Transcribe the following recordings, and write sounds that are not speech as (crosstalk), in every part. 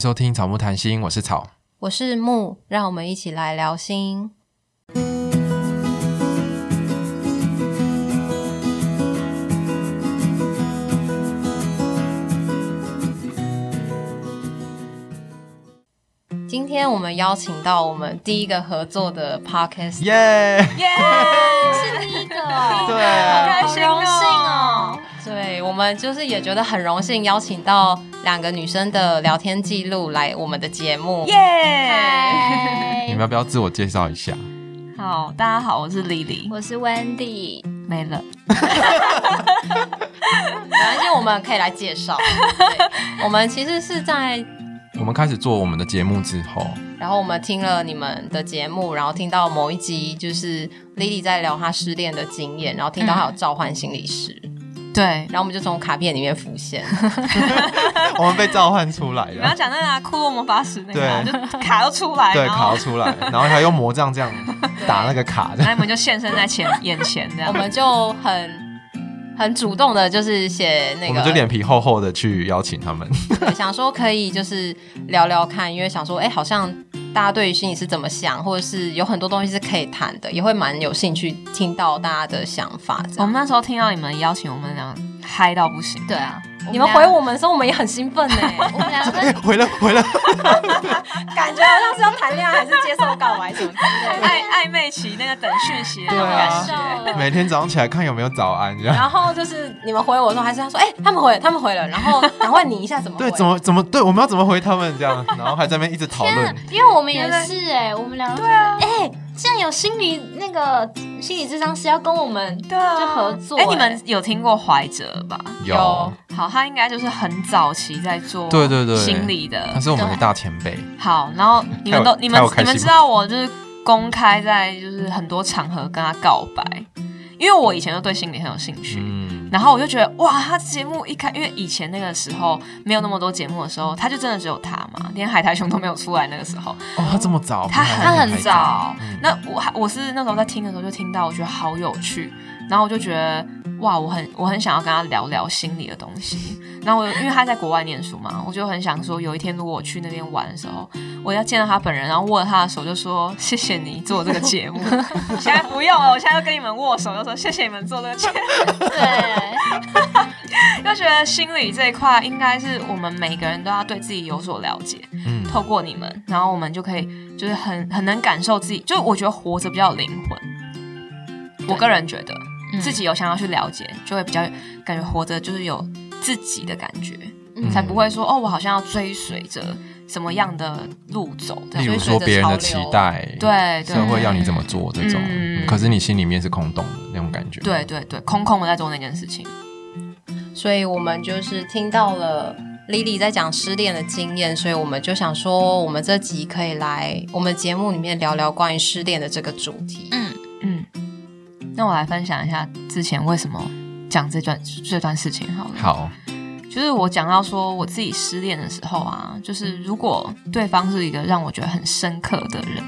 收听草木谈心，我是草。我是木，让我们一起来聊心。今天我们邀请到我们第一个合作的 podcast，耶、耶，是第一个哦，对啊好荣幸哦。对，我们就是也觉得很荣幸邀请到两个女生的聊天记录来我们的节目， (laughs) 耶、 (laughs) (laughs) 你们要不要自我介绍一下？好，大家好，我是 Lily， (laughs) 我是 Wendy，没了。反正我们可以来介绍。对我们其实是在，我们开始做我们的节目之后，然后我们听了你们的节目，然后听到某一集就是 Lily 在聊她失恋的经验，然后听到她有召唤心理师，对，然后我们就从卡片里面浮现。 (laughs) 我们被召唤出来你们要 (laughs) 了，讲那个、啊、骷髅魔法使那个、啊，对就卡要出来，对，然卡后要出来， (laughs) 然后还用魔杖这样打 (laughs) 那个卡，这那样你们就现身在前眼前这 (laughs) 我样。们就很很主动的，就是写那我们就个，脸皮厚厚的去邀请他们。 (laughs) 对想说可以就是聊聊看，因为想说，哎、好像大家对于心理是怎么想，或者是有很多东西是可以谈的，也会蛮有兴趣听到大家的想法。这我样们那时候听到你们邀请，我们俩嗨到不行。对啊，你们回，我们的时候，我们也很兴奋呢、我们俩哎、跟回了回了，感觉好像是要谈恋爱，还是接受告白什么之类的。暧 (laughs) 暧昧期那个等讯息的那对种啊感搞觉，笑了，每天早上起来看有没有早安这 (laughs) 样。然后就是你们回我的时候，还是他说，哎、他们回了，他们回了，然后赶快你一下怎么回？对，怎么怎么对，我们要怎么回他们这 (laughs) 样，然后还在那边一直讨天啊论。，因为我们也是哎、我们两个对啊，哎、竟然有心理那个心理智商师要跟我们对啊，就合作哎、哎你们有听过怀哲吧？有好，他应该就是很早期在做对对对心理的他是我们啊的啊大前辈，好，然后你们开都我你们开我开心你们知道我就是公开在就是很多场合跟他告白，因为我以前就对心理很有兴趣。嗯，然后我就觉得哇，他节目一开，因为以前那个时候没有那么多节目的时候，他就真的只有他嘛，连海苔熊都没有出来那个时候，哦，他这么早，他比很我他们还很早。嗯那我还我是那时候在听的时候就听到，我觉得好有趣，然后我就觉得哇，我很我很想要跟他聊聊心理的东西。然后我因为他在国外念书嘛，我就很想说，有一天如果我去那边玩的时候，我要见到他本人，然后握了他的手，就说谢谢你做这个节目。 (laughs) 现在不用了，我现在就跟你们握手，就说谢谢你们做这个节目。 (laughs) 对，就觉得心理这一块应该是我们每个人都要对自己有所了解，嗯透过你们，然后我们就可以就是很很能感受自己，就是我觉得活着比较有灵魂。我个人觉得嗯自己有想要去了解，就会比较感觉活着就是有自己的感觉，嗯才不会说哦，我好像要追随着什么样的路走嗯这例样。如说别人的期待，对对社会要你怎么做这种，嗯可是你心里面是空洞的那种感觉。对，对对，空空的在做那件事情。所以我们就是听到了 Lily 在讲失恋的经验，所以我们就想说，我们这集可以来我们节目里面聊聊关于失恋的这个主题。嗯，嗯，那我来分享一下之前为什么讲这段这段事情好了。好，就是我讲到说我自己失恋的时候啊，就是如果对方是一个让我觉得很深刻的人，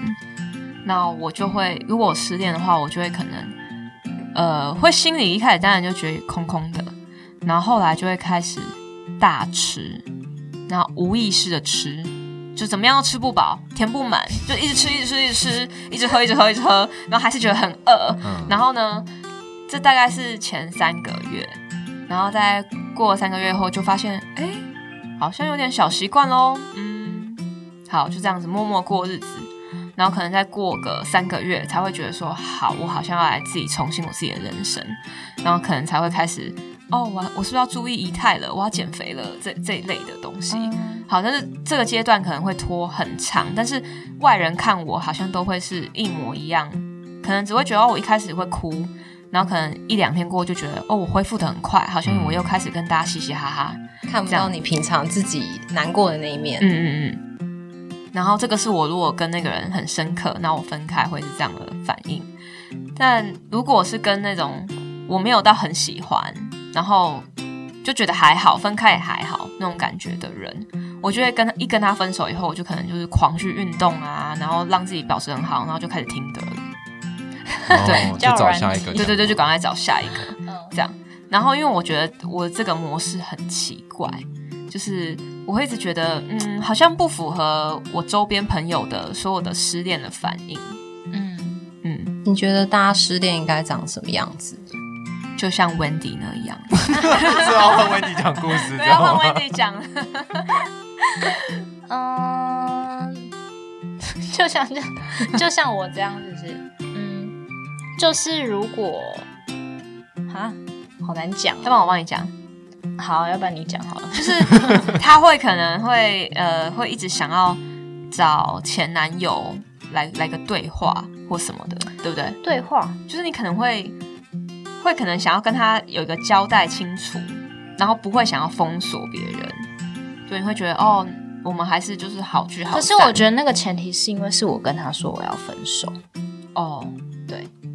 那我就会，如果我失恋的话，我就会可能，呃，会心里一开始当然就觉得空空的，然后后来就会开始大吃，然后无意识的吃，就怎么样都吃不饱，填不满，就一直吃，一直吃，一直吃，一直喝，一直喝，一直喝，然后还是觉得很饿， (laughs) 嗯，然后呢，这大概是前三个月，然后在过了三个月后就发现，哎，好像有点小习惯喽。嗯，好，就这样子默默过日子，然后可能再过个三个月才会觉得说，好，我好像要来自己重新我自己的人生，然后可能才会开始，哦，我我是不是要注意仪态了？我要减肥了，这这一类的东西。好，但是这个阶段可能会拖很长，但是外人看我好像都会是一模一样，可能只会觉得哦我一开始会哭，然后可能一两天过后就觉得哦，我恢复的很快，好像我又开始跟大家嘻嘻哈哈，看不这到样你平常自己难过的那一面。嗯嗯嗯。然后这个是我如果跟那个人很深刻，那我分开会是这样的反应。但如果是跟那种我没有到很喜欢，然后就觉得还好，分开也还好那种感觉的人，我就会跟他一跟他分手以后，我就可能就是狂去运动啊，然后让自己保持很好，然后就开始听歌了。对哦就找下一个，对对对，就赶快找下一个。嗯这样。然后因为我觉得我这个模式很奇怪，就是我会一直觉得，嗯，好像不符合我周边朋友的所有的失恋的反应。嗯，嗯，你觉得大家失恋应该长什么样子？就像 Wendy 那一样， (laughs) 是啊要换维尼讲故 (laughs) 事，不知要道换吗？ Wendy 讲了。嗯，就像这，就像我这样子是，嗯，就是如果，啊，好难讲 (laughs) 要不然我帮你讲，哦。好，要不然你讲好了。就是他会可能会呃会一直想要找前男友来来个对话或什么的，对不对？对话，就是你可能会会可能想要跟他有一个交代清楚，然后不会想要封锁别人，所以你会觉得哦，我们还是就是好聚好散。可是我觉得那个前提是因为是我跟他说我要分手。哦，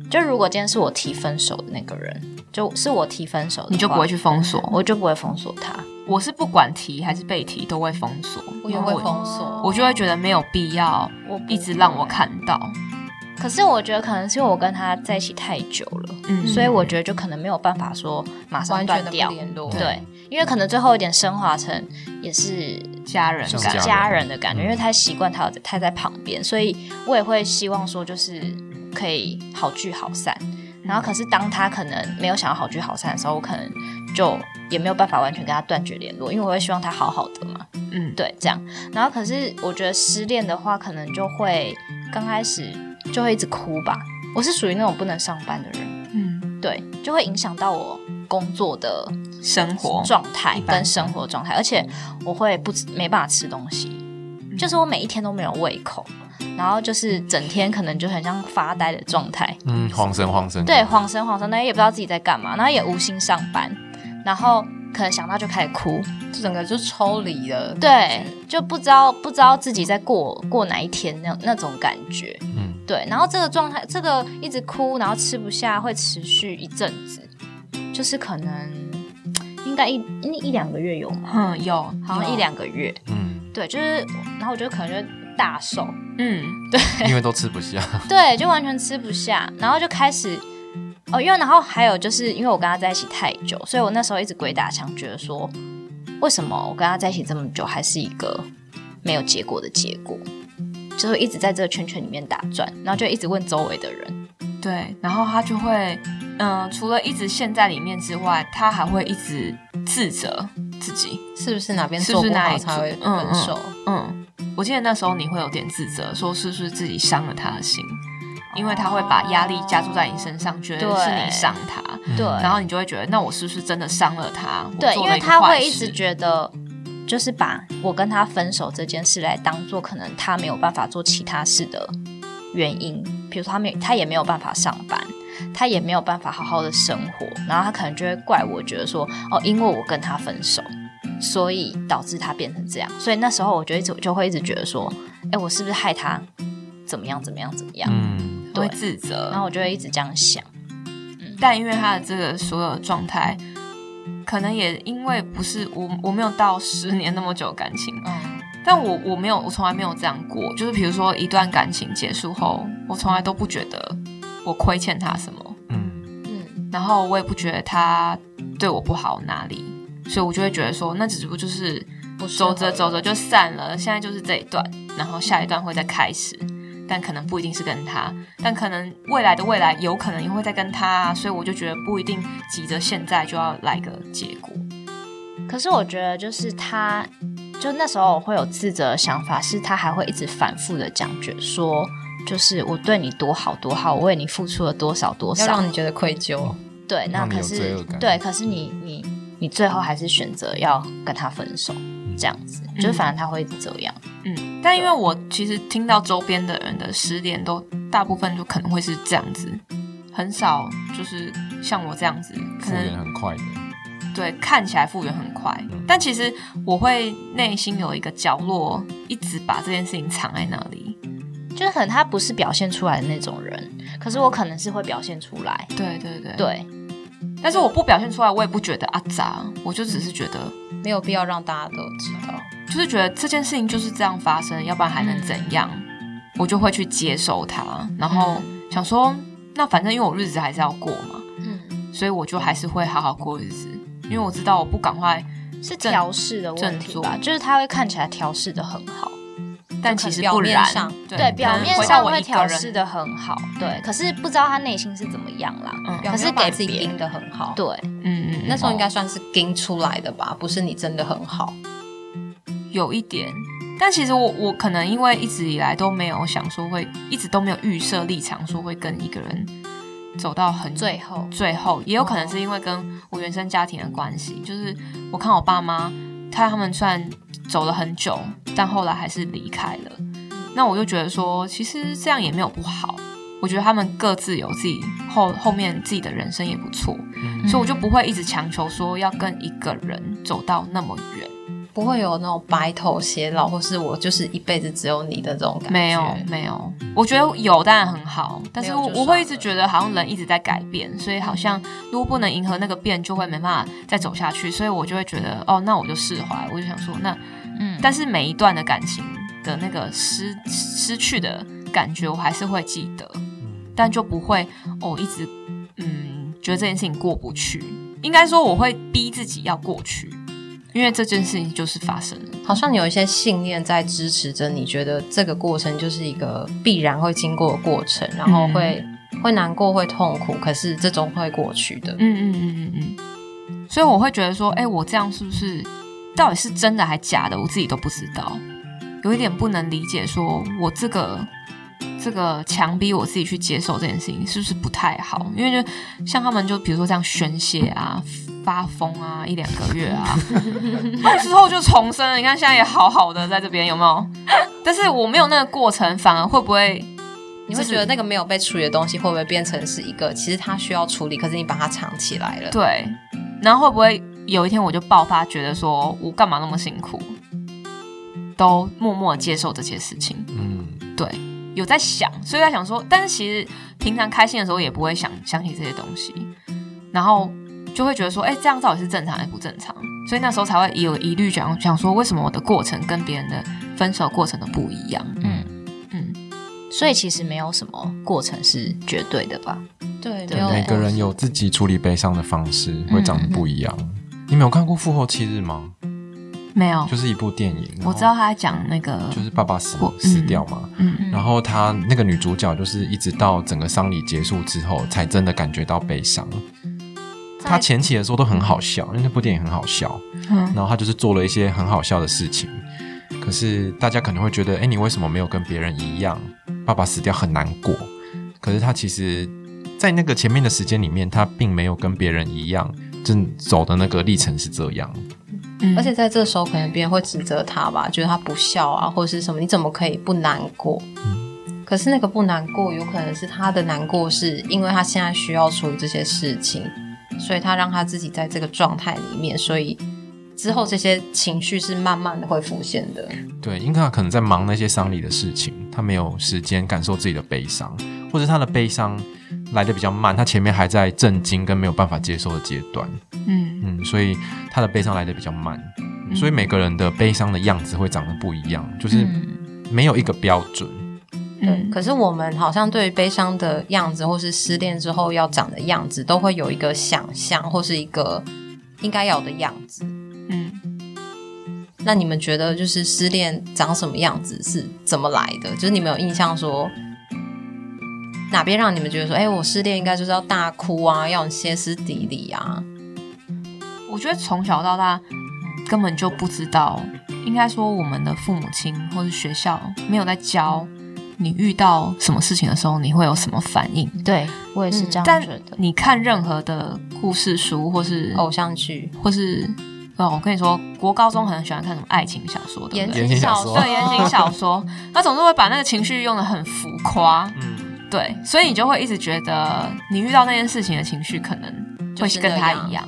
就如果今天是我提分手的那个人，就是我提分手的，你就不会，去封锁。我就不会封锁他。我是不管提还是被提都会封锁，我也然后会封锁。我就会觉得没有必要我不一直让我看到。可是我觉得可能是因为我跟他在一起太久了，嗯所以我觉得就可能没有办法说马上完断全的掉不。联络，对，因为可能最后一点升华成也是家人就像是家人家人的感觉，嗯因为他习惯他有在他在旁边，所以我也会希望说就是可以好聚好散。然后可是当他可能没有想要好聚好散的时候，我可能就也没有办法完全跟他断绝联络，因为我会希望他好好的嘛。嗯，对，这样。然后可是我觉得失恋的话，可能就会刚开始就会一直哭吧。我是属于那种不能上班的人，嗯，对，就会影响到我工作的生活状态哦一般跟生活状态，而且我会不吃没办法吃东西，嗯就是我每一天都没有胃口，然后就是整天可能就很像发呆的状态，嗯，晃神晃神，对，晃神晃神，那也不知道自己在干嘛，然后也无心上班，然后可能想到就开始哭，就整个就抽离了。对，就不知道不知道自己在过过哪一天那那种感觉，嗯，对，然后这个状态，这个一直哭，然后吃不下，会持续一阵子，就是可能应该一一一两个月有吗？嗯有好像有一两个月，嗯对，就是，然后我就可能就大瘦，嗯因为都吃不 (laughs) 下，对，就完全吃不下，然后就开始，哦，因为然后还有就是因为我跟他在一起太久，所以我那时候一直鬼打墙，觉得说为什么我跟他在一起这么久还是一个没有结果的结果，就是一直在这个圈圈里面打转，然后就一直问周围的人，对，然后他就会嗯、呃除了一直陷在里面之外，他还会一直自责自己。是不是哪边是做不是不哪好里才做会嗯分嗯手？嗯，我记得那时候你会有点自责，说是不是自己伤了他的心，因为他会把压力加注在你身上，觉得对是你伤他，嗯对，然后你就会觉得那我是不是真的伤了他？我对，做因了为一个他坏会一事直觉得。就是把我跟他分手这件事来当做可能他没有办法做其他事的原因，比如说他没他也没有办法上班，他也没有办法好好的生活，然后他可能就会怪我，觉得说哦，因为我跟他分手，所以导致他变成这样，所以那时候我就一直就会一直觉得说，哎，我是不是害他怎么样怎么样怎么样？嗯，会对自责，然后我就会一直这样想，但因为他的这个所有的状态，可能也因为不是我，我没有到十年那么久的感情，嗯，但我我没有，我从来没有这样过。就是比如说一段感情结束后，我从来都不觉得我亏欠他什么，嗯嗯，然后我也不觉得他对我不好哪里，所以我就会觉得说，那只不过就是不适合嗯走着走着就散了，现在就是这一段，然后下一段会再开始。但可能不一定是跟他，但可能未来的未来有可能也会再跟他、啊，所以我就觉得不一定急着现在就要来个结果。可是我觉得就是他，就那时候我会有自责的想法，是他还会一直反复的讲解说，就是我对你多好多好，我为你付出了多少多要少让，你觉得愧疚。哦对，那让你可有罪是恶感对，可是你你你最后还是选择要跟他分手，这样子，嗯就是反正他会一直这样，嗯，但因为我其实听到周边的人的失恋，都大部分就可能会是这样子，很少就是像我这样子，可复原能很快的，对看起来复原很快，嗯但其实我会内心有一个角落，一直把这件事情藏在那里。就是可能他不是表现出来的那种人，可是我可能是会表现出来，对对对，对，但是我不表现出来，我也不觉得啊咋，我就只是觉得，没有必要让大家都知道，就是觉得这件事情就是这样发生，要不然还能怎样？我就会去接受它，然后想说，那反正因为我日子还是要过嘛，嗯，所以我就还是会好好过日子，因为我知道我不赶快是振调试的问振题作吧，就是他会看起来调试的很好，但就可其能实表不面然上，对，表可能面回到上我会一个调人试的很好，对，可是不知道他内心是怎么样啦，嗯表可是面把给自己别人盯得很好。，对，嗯嗯，那时候应该算是盯出来的吧，不是你真的很好。有一点，但其实我我可能因为一直以来都没有想说会，一直都没有预设立场说会跟一个人走到很最后最后，也有可能是因为跟我原生家庭的关系，就是我看我爸妈，他他们虽然走了很久，但后来还是离开了，那我就觉得说，其实这样也没有不好。我觉得他们各自有自己后后面自己的人生也不错，嗯所以我就不会一直强求说要跟一个人走到那么远。不会有那种白头偕老，或是我就是一辈子只有你的这种感觉。没有，没有，我觉得有当然很好，但是没有我就我算会一直了觉得好像人一直在改变，所以好像如果不能迎合那个变，就会没办法再走下去，所以我就会觉得哦，那我就释怀，我就想说那，嗯，但是每一段的感情的那个失失去的感觉，我还是会记得，但就不会哦一直嗯觉得这件事情过不去，应该说我会逼自己要过去，因为这件事情就是发生了，好像有一些信念在支持着你，觉得这个过程就是一个必然会经过的过程，然嗯后会、会难过、会痛苦，可是这终会过去的。嗯嗯嗯嗯嗯，所以我会觉得说，哎、我这样是不是到底是真的还假的？我自己都不知道，有一点不能理解说我这个这个强逼我自己去接受这件事情，是不是不太好？因为就像他们就比如说这样宣泄啊。发疯啊，一两个月啊，那之后就重生了。你看现在也好好的在这边，有没有？但是我没有那个过程，反而会不会你会就是觉得那个没有被处理的东西，会不会变成是一个其实它需要处理，可是你把它藏起来了？对，然后会不会有一天我就爆发，觉得说我干嘛那么辛苦，都默默接受这些事情？嗯，对，有在想，所以在想说，但是其实平常开心的时候也不会想想起这些东西，然后就会觉得说，哎、这样到底是正常还是不正常？所以那时候才会有疑虑，想想说为什么我的过程跟别人的分手过程都不一样？嗯，嗯，所以其实没有什么过程是绝对的吧，对，对没有对每个人有自己处理悲伤的方式，会长嗯得不一样。你没有看过《复后七日》吗？没有，就是一部电影，我知道，他在讲那个，就是爸爸死我嗯死掉嘛，嗯，然后她那个女主角就是一直到整个丧礼结束之后，才真的感觉到悲伤。她前期的时候都很好笑，因为那部电影很好笑，嗯然后她就是做了一些很好笑的事情。可是大家可能会觉得，哎，你为什么没有跟别人一样？爸爸死掉很难过。可是她其实，在那个前面的时间里面，她并没有跟别人一样，正走的那个历程是这样。嗯而且在这时候，可能别人会指责他吧，觉得他不孝啊，或者是什么，你怎么可以不难过？嗯可是那个不难过，有可能是他的难过，是因为他现在需要处理这些事情，所以他让他自己在这个状态里面，所以之后这些情绪是慢慢的会浮现的。对，因为他可能在忙那些丧礼的事情，他没有时间感受自己的悲伤，或者他的悲伤来的比较慢，他前面还在震惊跟没有办法接受的阶段，嗯嗯，所以他的悲伤来的比较慢，嗯所以每个人的悲伤的样子会长得不一样，就是没有一个标准，对，嗯，可是我们好像对于悲伤的样子，或是失恋之后要长的样子，都会有一个想象，或是一个应该要的样子。嗯。那你们觉得就是失恋长什么样子是怎么来的？就是你们有印象说哪边让你们觉得说，哎、我失恋应该就是要大哭啊，要很歇斯底里啊？我觉得从小到大根本就不知道，应该说我们的父母亲或是学校没有在教你遇到什么事情的时候你会有什么反应。对我也是嗯这样但觉得，你看任何的故事书或是哦偶像剧、或是哦，我跟你说，国高中很喜欢看什么爱情小说，对言不言对？情情小小说说，对言情小说，他总是会把那个情绪用的很浮夸，嗯，对，所以你就会一直觉得你遇到那件事情的情绪可能会就是跟那他样一样，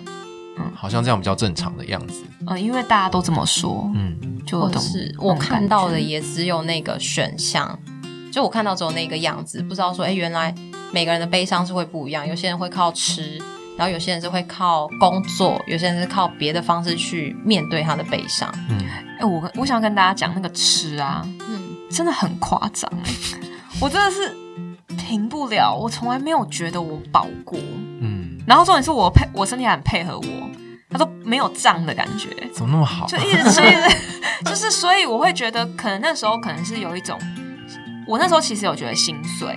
好像这样比较正常的样子，嗯，因为大家都这么说，嗯，就或懂哦是那种我看感到觉的也只有那个选项，就我看到只有那个样子，不知道说，哎、原来每个人的悲伤是会不一样，有些人会靠吃，然后有些人是会靠工作，有些人是靠别的方式去面对他的悲伤。嗯哎、我跟我想跟大家讲那个吃啊，嗯，真的很夸张哎，我真的是停不了，我从来没有觉得我饱过。嗯然后重点是我配我身体还很配合我，他都没有胀的感觉，怎么那么好？就一直吃一直， (laughs) 就是所以我会觉得，可能那时候可能是有一种，我那时候其实有觉得心碎，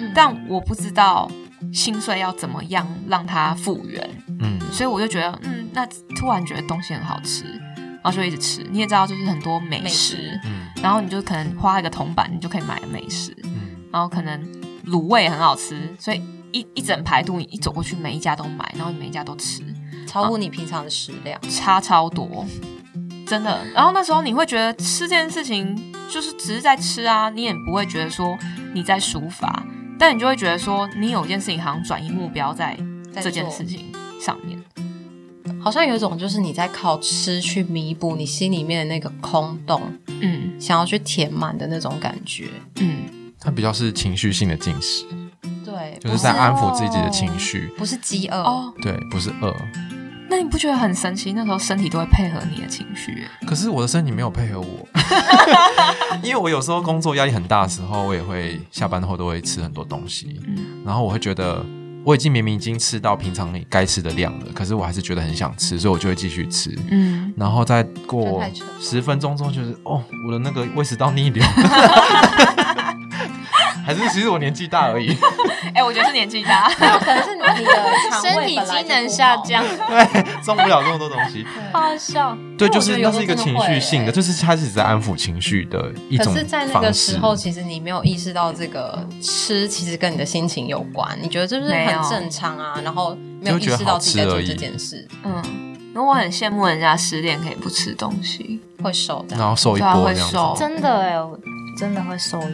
嗯但我不知道心碎要怎么样让它复原，嗯所以我就觉得，嗯，那突然觉得东西很好吃，然后就一直吃。你也知道，就是很多美食，美食嗯然后你就可能花一个铜板，你就可以买美食，嗯，然后可能卤味很好吃，所以一一整排度你一走过去，每一家都买，然后你每一家都吃，超乎你平常的食量。差超多，真的。然后那时候你会觉得吃这件事情就是只是在吃啊，你也不会觉得说你在抒发，但你就会觉得说你有一件事情好像转移目标在在这件做事情上面。好像有一种就是你在靠吃去弥补你心里面的那个空洞，嗯想要去填满的那种感觉。嗯，它比较是情绪性的进食，对，就不是在安抚自己的情绪。不是饥饿，哦，对，不是饿。那你不觉得很神奇？那时候身体都会配合你的情绪耶，可是我的身体没有配合 (laughs) 我，因为我有时候工作压力很大的时候，我也会下班后都会吃很多东西，嗯然后我会觉得我已经明明已经吃到平常该吃的量了，可是我还是觉得很想吃，所以我就会继续吃。嗯，然后再就过太沉了十分钟之后，就是哦，我的那个胃食道逆流， (laughs) 还是其实我年纪大而已， (laughs) (laughs) 哎、我觉得是年纪大， (laughs) 那可能是你的肠胃 (laughs) 身体本来就机不好能下。降，对，装不了这么多东西。好 (laughs) 笑。对，我就觉是得那有是一时个候真情的绪会性的，欸就是它是在安抚情绪的一可种是，在那个方时式。候，其实你没有意识到这个吃其实跟你的心情有关，你觉得这不是没有很正常啊？然后没有意就会觉得识好到自己在吃做而已这件事，嗯，因为我很羡慕人家失恋可以不吃东西，会瘦的。然后瘦一对啊波会这样子，瘦真的哎、我真的会瘦一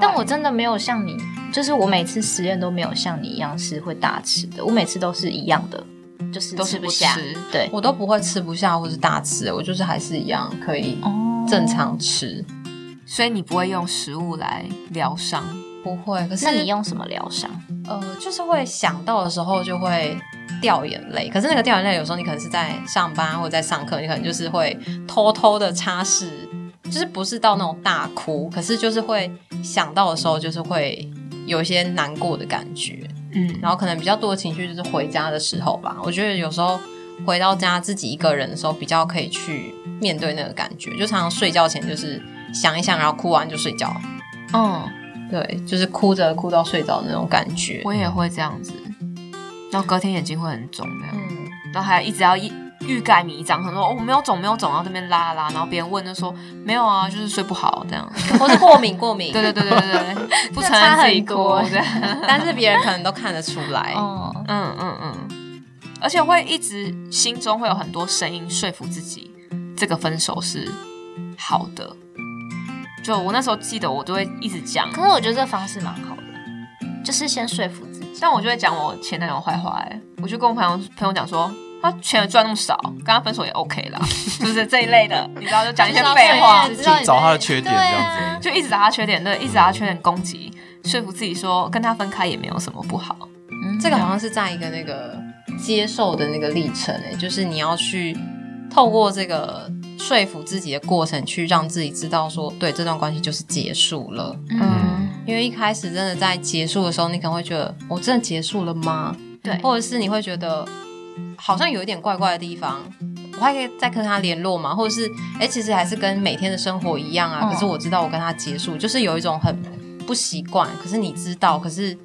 但我真的没有像你，就是我每次实验都没有像你一样是会大吃的，我每次都是一样的，就是都是吃不下。吃对，我都不会吃不下或是大吃，我就是还是一样可以哦正。常吃，所以你不会用食物来疗伤，不会。可是那你用什么疗伤？呃，就是会想到的时候就会掉眼泪。可是那个掉眼泪，有时候你可能是在上班或者在上课，你可能就是会偷偷的擦拭，就是不是到那种大哭，可是就是会想到的时候，就是会有一些难过的感觉。嗯，然后可能比较多的情绪就是回家的时候吧。我觉得有时候回到家自己一个人的时候，比较可以去面对那个感觉。就常常睡觉前就是想一想，然后哭完就睡觉。嗯，对，就是哭着哭到睡着的那种感觉。我也会这样子，然后隔天眼睛会很肿这样，嗯，然后还一直要一。欲盖弥彰，他说：“哦，没有肿，没有肿。”然后这边拉拉拉，然后别人问就说：“没有啊，就是睡不好这样。 (laughs) (laughs) 或是过敏，过”敏，对对对对对对，不承那差认很自己多过这样。但是别人可能都看得出来。哦，嗯嗯嗯，而且会一直心中会有很多声音说服自己，这个分手是好的。就我那时候记得，我都会一直讲，可是我觉得这方式蛮好的，就是先说服自己。但我就会讲我前男友坏话、欸。我就跟我朋友朋友讲说，他钱赚那么少，跟他分手也 OK 啦， (laughs) 就是这一类的，你知道，就讲一些 (laughs) 废话就，是去找他的缺点这对样啊子。就一直找他缺点，对，一直找他缺点攻击，说服自己说跟他分开也没有什么不好。嗯这个好像是在一个那个接受的那个历程、欸，就是你要去透过这个说服自己的过程，去让自己知道说，对这段关系就是结束了。嗯因为一开始真的在结束的时候，你可能会觉得，我真的结束了吗？对或者是你会觉得好像有一点怪怪的地方，我还可以再跟他联络嘛，或者是哎、诶其实还是跟每天的生活一样啊，嗯可是我知道我跟他结束，就是有一种很不习惯，可是你知道，可是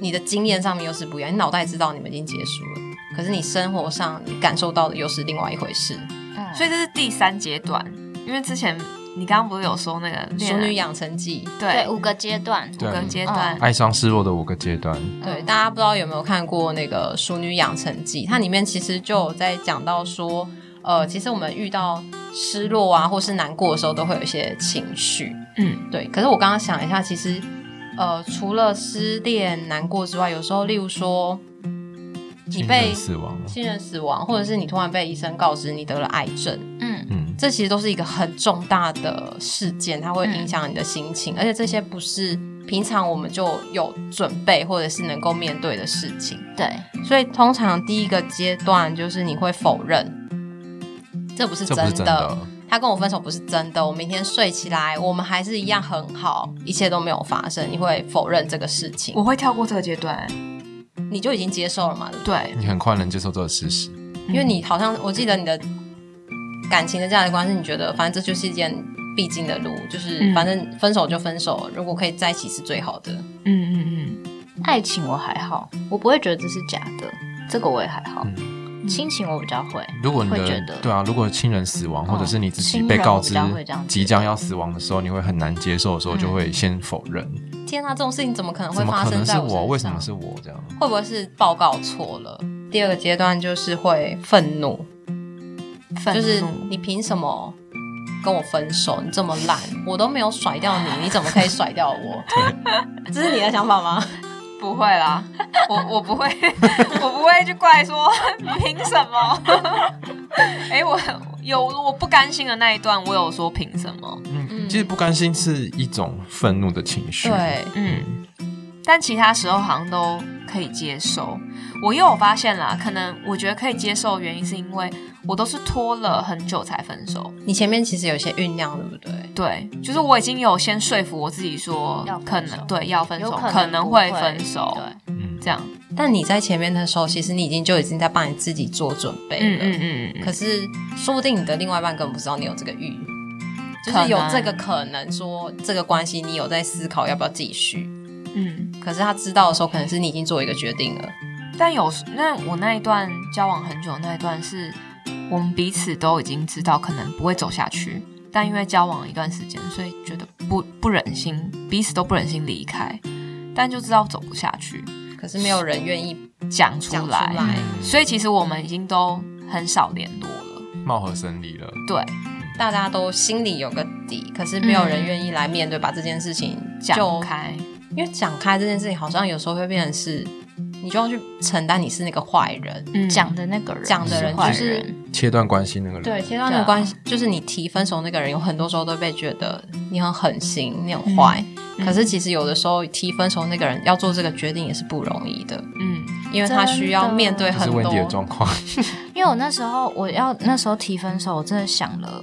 你的经验上面又是不一样，你脑袋知道你们已经结束了，可是你生活上你感受到的又是另外一回事。嗯所以这是第三阶段，因为之前你刚刚不是有说那个恋熟啊爱女养成记，对对五个阶段，对五个阶段，哀伤失落的五个阶段，对，嗯大家不知道有没有看过那个《熟女养成记》？它里面其实就有在讲到说，呃，其实我们遇到失落啊，或是难过的时候，都会有一些情绪。嗯，对。可是我刚刚想一下，其实，呃，除了失恋、难过之外，有时候，例如说，你亲被人死亡，亲人死亡，或者是你突然被医生告知你得了癌症，嗯嗯，这其实都是一个很重大的事件，它会影嗯响你的心情，而且这些不是平常我们就有准备或者是能够面对的事情。对，所以通常第一个阶段就是你会否认，这不是这真不是的，真的，他跟我分手不是真的，我明天睡起来我们还是一样很好，一切都没有发生，你会否认这个事情我，会跳过这个阶段，你就已经接受了嘛，对不对？对，你很快能接受这个事实，因嗯为你好像我记得你的感情的价值观是，你觉得反正这就是一件必经的路，就是嗯反正分手就分手，如果可以在一起是最好的。嗯嗯爱情我还好，我不会觉得这是假的，这个我也还好。亲情我比较会，嗯如果你会觉的得对啊，如果亲人死亡，哦或者是你自己亲被人告我比知较会这样觉得即将要死亡的时候，你会很难接受的时候，就会先否认，天啊，这种事情怎么可能会怎么发可生能是在身我？上？为什么是我这样？会不会是报告错了？第二个阶段就是会愤怒，愤怒就是你凭什么跟我分手？你这么烂，我都没有甩掉你，你怎么可以甩掉我？ (laughs) 这是你的想法吗？不会啦， (laughs) 我我不会， (laughs) 我不会去怪说 (laughs) 凭什么。 (laughs) 哎、我有我不甘心的那一段，我有说凭什么？嗯，其实不甘心是一种愤怒的情绪，对，嗯，但其他时候好像都可以接受。我又有发现啦，可能我觉得可以接受的原因是因为我都是拖了很久才分手。你前面其实有些酝酿，对不对？对，就是我已经有先说服我自己说要，可分手能对要分手，有可能不会会分手，对，嗯，这样。但你在前面的时候，其实你已经就已经在帮你自己做准备嗯了。嗯嗯嗯可是说不定你的另外一半根本不知道你有这个欲，就可是能有这个可能说这个关系你有在思考要不要继续，嗯。可是他知道的时候，可能是你已经做一个决定了。但有时那我那一段交往很久的那一段是，我们彼此都已经知道可能不会走下去，但因为交往了一段时间，所以觉得不不忍心，彼此都不忍心离开，但就知道走不下去，可是没有人愿意讲出讲出来。来，所以其实我们已经都很少联络了。貌合神离了，对，大家都心里有个底，可是没有人愿意来面对，把这件事情嗯讲就，开，因为讲开这件事情，好像有时候会变成是，你就要去承担你是那个坏人，嗯讲的那个人，讲的人坏就是人切断关系那个人，对，切断对的啊关系就是你提分手那个人，有很多时候都被觉得你很狠心，你很坏。可是其实有的时候提分手那个人要做这个决定也是不容易的，嗯因为他需要真的面对这是很温迪的多。状况，因为我那时候我要那时候提分手，我真的想了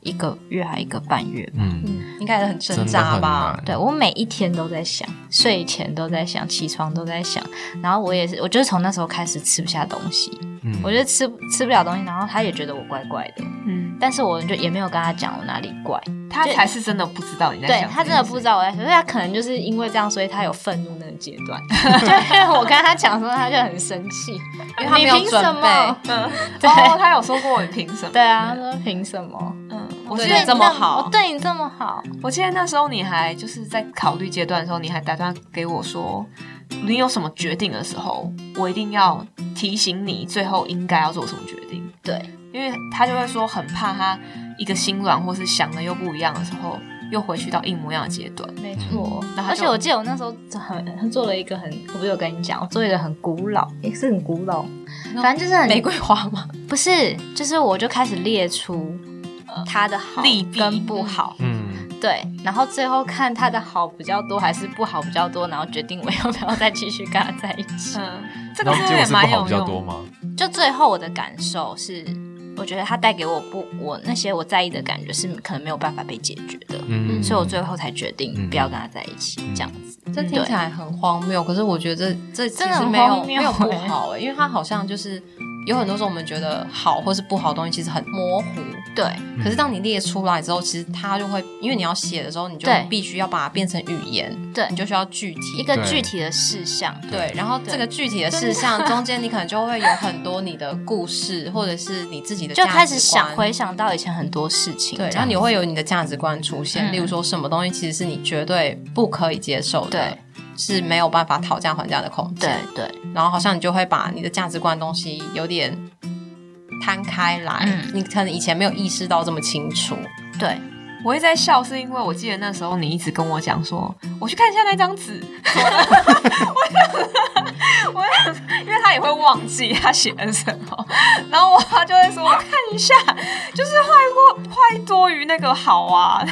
一个月还一个半月吧。嗯，嗯，应该也很挣真的扎很吧？难，对我每一天都在想，睡前都在想，起床都在想，然后我也是，我就是从那时候开始吃不下东西，嗯，我就吃吃不了东西，然后他也觉得我怪怪的，嗯，但是我就也没有跟他讲我哪里怪，他才是真的不知道你在对想，他真的不知。道我在想，所以他可能就是因为这样，所以他有愤怒那个阶段， (laughs) 就是我跟他讲说，他就很生气，因为他没有你凭什么准？嗯，对哦，他有说过你凭什么？对啊，他说凭什么？嗯，我对记对得你这么好我对你这么好，我记得那时候你还就是在考虑阶段的时候，你还打算给我说，你有什么决定的时候，我一定要提醒你最后应该要做什么决定，对因为他就会说很怕他一个心软或是想的又不一样的时候，又回去到一模一样的阶段。没错，嗯然后而就且我记得我那时候很做了一个很，我不是有跟你讲，我做一个很古老，也是很古老，反正就是很玫瑰花嘛，不是，就是我就开始列出他的好呃利弊跟不好，嗯，对，然后最后看他的好比较多还是不好比较多，然后决定我要不要再继续跟他在一起。嗯，这然个后是结也果是不蛮好有比较多用的。吗？就最后我的感受是，我觉得他带给我不我那些我在意的感觉是可能没有办法被解决的，嗯，所以我最后才决定嗯不要跟他在一起，这样子。 (laughs) 这听起来很荒谬。可是我觉得这这其真的实很没有荒没谬有不欸好哎、因为他好像就是有很多时候我们觉得好或是不好的东西，其实很模糊。对可是当嗯你列出来之后，其实它就会，因为你要写的时候，你就对必须要把它变成语言，对你，就需要具体一个对具体的事项，对，然后这个具体的事 (laughs) 项中间，你可能就会有很多你的故事，或者是你自己的就价开始值想观回想到以前很多事情，对，这然样后你会有你的价值观出现，嗯例如说什么东西其实是你绝对不可以接受的，是没有办法讨价还价的空对间。对。然后好像你就会把你的价值观的东西有点摊开来，嗯你可能以前没有意识到这么清楚。对，我一直在笑，是因为我记得那时候你一直跟我讲说，我去看一下那张纸。我想，我想，因为他也会忘记他写了什么，然后我他就会说，我看一下，就是坏过坏多于那个好啊，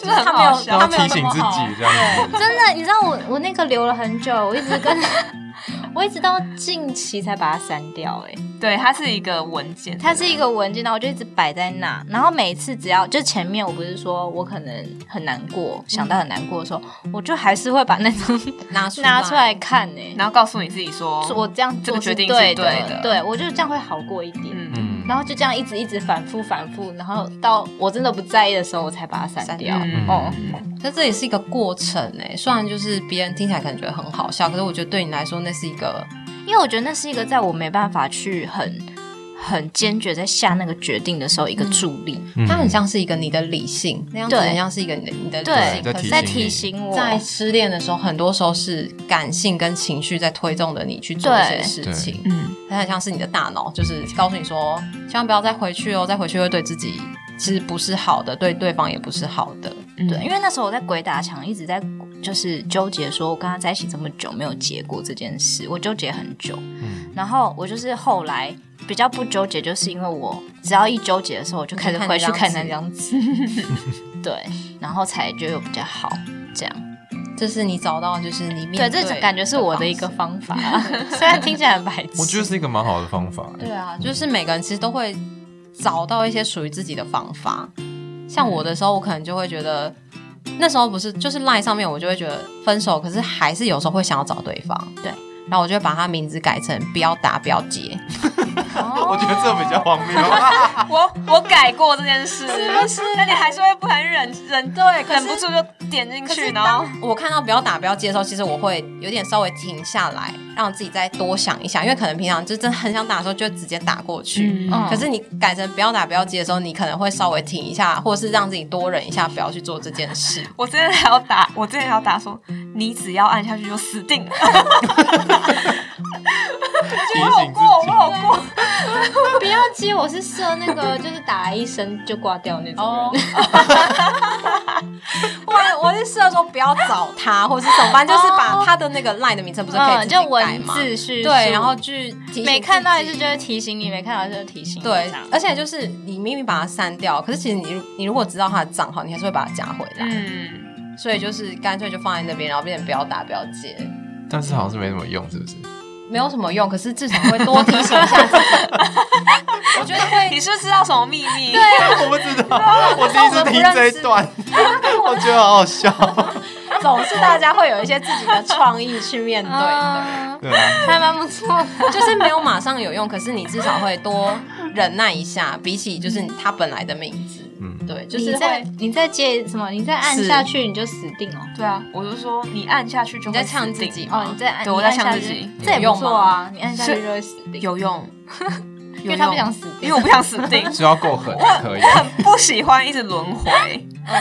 就是很好笑。啊要提醒自己这样子，真的，你知道我我那个留了很久，我一直跟 (laughs) 我一直到近期才把它删掉、欸，哎，对，它是一个文件，它是一个文件，然后我就一直摆在那，然后每次只要就前面我不是说我可能很难过，想到很难过的时候，我就还是会把那 (laughs) 种拿出拿出来看、欸，哎，然后告诉你自己说，我这样这做个决是定是对对的对我就这样会好过一点。嗯，嗯，然后就这样一直一直反复反复，然后到我真的不在意的时候，我才把它删掉。删嗯掉哦，但这也是一个过程哎、虽然就是别人听起来可能觉得很好笑，可是我觉得对你来说那是一个因为我觉得那是一个在我没办法去很很坚决在下那个决定的时候一个助力，嗯它很像是一个你的理性，那样子对很像是一个你的你的对理性。在可提是在在醒提醒我，在失恋的时候，很多时候是感性跟情绪在推动着你去做一些对事情，嗯，它很像是你的大脑，就是告诉你说，千万不要再回去哦，再回去会对自己其实不是好的，对对方也不是好的。嗯对，因为那时候我在鬼打墙，一直在就是纠结，说我跟他在一起这么久没有结果这件事，我纠结很久。嗯然后我就是后来比较不纠结，就是因为我只要一纠结的时候，我就开始回去看那张 (laughs) 纸，对，然后才就有比较好。这样，这是你找到，就是你面对，对这种感觉是我的一个方法， (laughs) 虽然听起来很白痴。我觉得是一个蛮好的方法。欸对啊，就是每个人其实都会找到一些属于自己的方法。像我的时候，我可能就会觉得，那时候不是就是 line 上面，我就会觉得分手，可是还是有时候会想要找对方。对，然后我就会把他名字改成不要打不要接，我觉得这比较荒谬。我我改过这件事，是不是？那你还是会不敢忍忍，对可忍是不住就点进可去，是然后当我看到不要打不要接的时候，其实我会有点稍微停下来，让自己再多想一想，因为可能平常就真的很想打的时候，就会直接打过去。嗯可是你改成不要打不要接的时候，你可能会稍微停一下，或是让自己多忍一下，不要去做这件事。我之前还要打，我之前还要打说，你只要按下去就死定了。提 (laughs) 我有 (laughs) 醒自己，过，我有过，不要接，我是设那个就是打来一声就挂掉那种人。我我是试着说不要找他，或是怎么办，就是把他的那个 line 的名称不是可以嗯，自己 (laughs) 就改文吗？字叙述对，然后去提醒没看到也自是己就会提醒你，没看到就会提醒你。对这样，而且就是你明明把它删掉，可是其实你你如果知道他的账号，你还是会把它加回来，嗯，所以就是干脆就放在那边，然后变成不要打不要接，但是好像是没什么用，是不是？没有什么用，可是至少会多提醒一下 (laughs) 自己。我觉得会你是不是知道什么秘密？对， (laughs) 我不知道，我第一次听这一段，我觉得好好笑。总是大家会有一些自己的创意去面对的。嗯对啊，还蛮不错的。 (laughs) 就是没有马上有用，可是你至少会多忍耐一下，比起就是他本来的名字，嗯对，就你是再会你再接什么？你再按是下去你就死定哦。对啊，我就说你按下去就你在会死定呛自己吗哦，你再按，对你我在按下呛去自己这也不错啊。你按下去是就会死 (laughs) 定，有用，因因为他不想，死因定为。我不想死定，嗯只要够狠可以。很不喜欢一直轮回，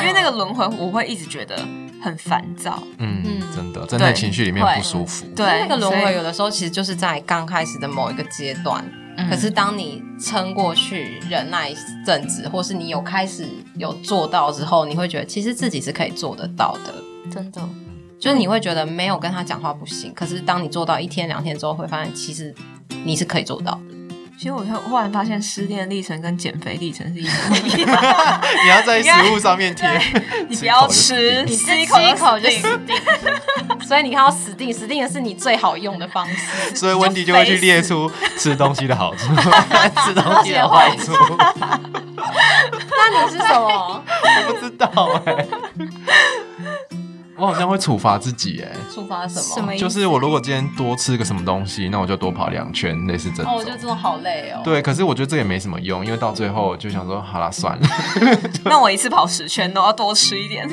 因为那个轮回我会一直觉得很烦躁。嗯嗯，真的，在那对情绪里面会不舒服。对，那个轮所回以有的时候其实就是在刚开始的某一个阶段，嗯可是当你撑过去、忍耐一阵子，或是你有开始有做到之后，你会觉得其实自己是可以做得到的。真 (laughs) 的，就是你会觉得没有跟他讲话不行，可是当你做到一天两天之后，会发现其实你是可以做到的。其实我就忽然发现失恋历程跟减肥历程是 (laughs) 一模一样。你要在食物上面贴，你不要吃，你吃一口口就就死死定。所以你看到死定，死定的是你最好用的方式。所以温迪就会去列出吃东西的好处，吃东西的坏处。 (laughs) 我那你是什么？不知道哎、我好像会处罚自己哎、 (laughs) 触发什么？什么意思就是我如果今天多吃个什么东西，那我就多跑两圈，类似这哦，种我。就真的好累哦。，对，可是我觉得这也没什么用，因为到最后就想说，好啦，算了。那我一次跑十圈都要多吃一点。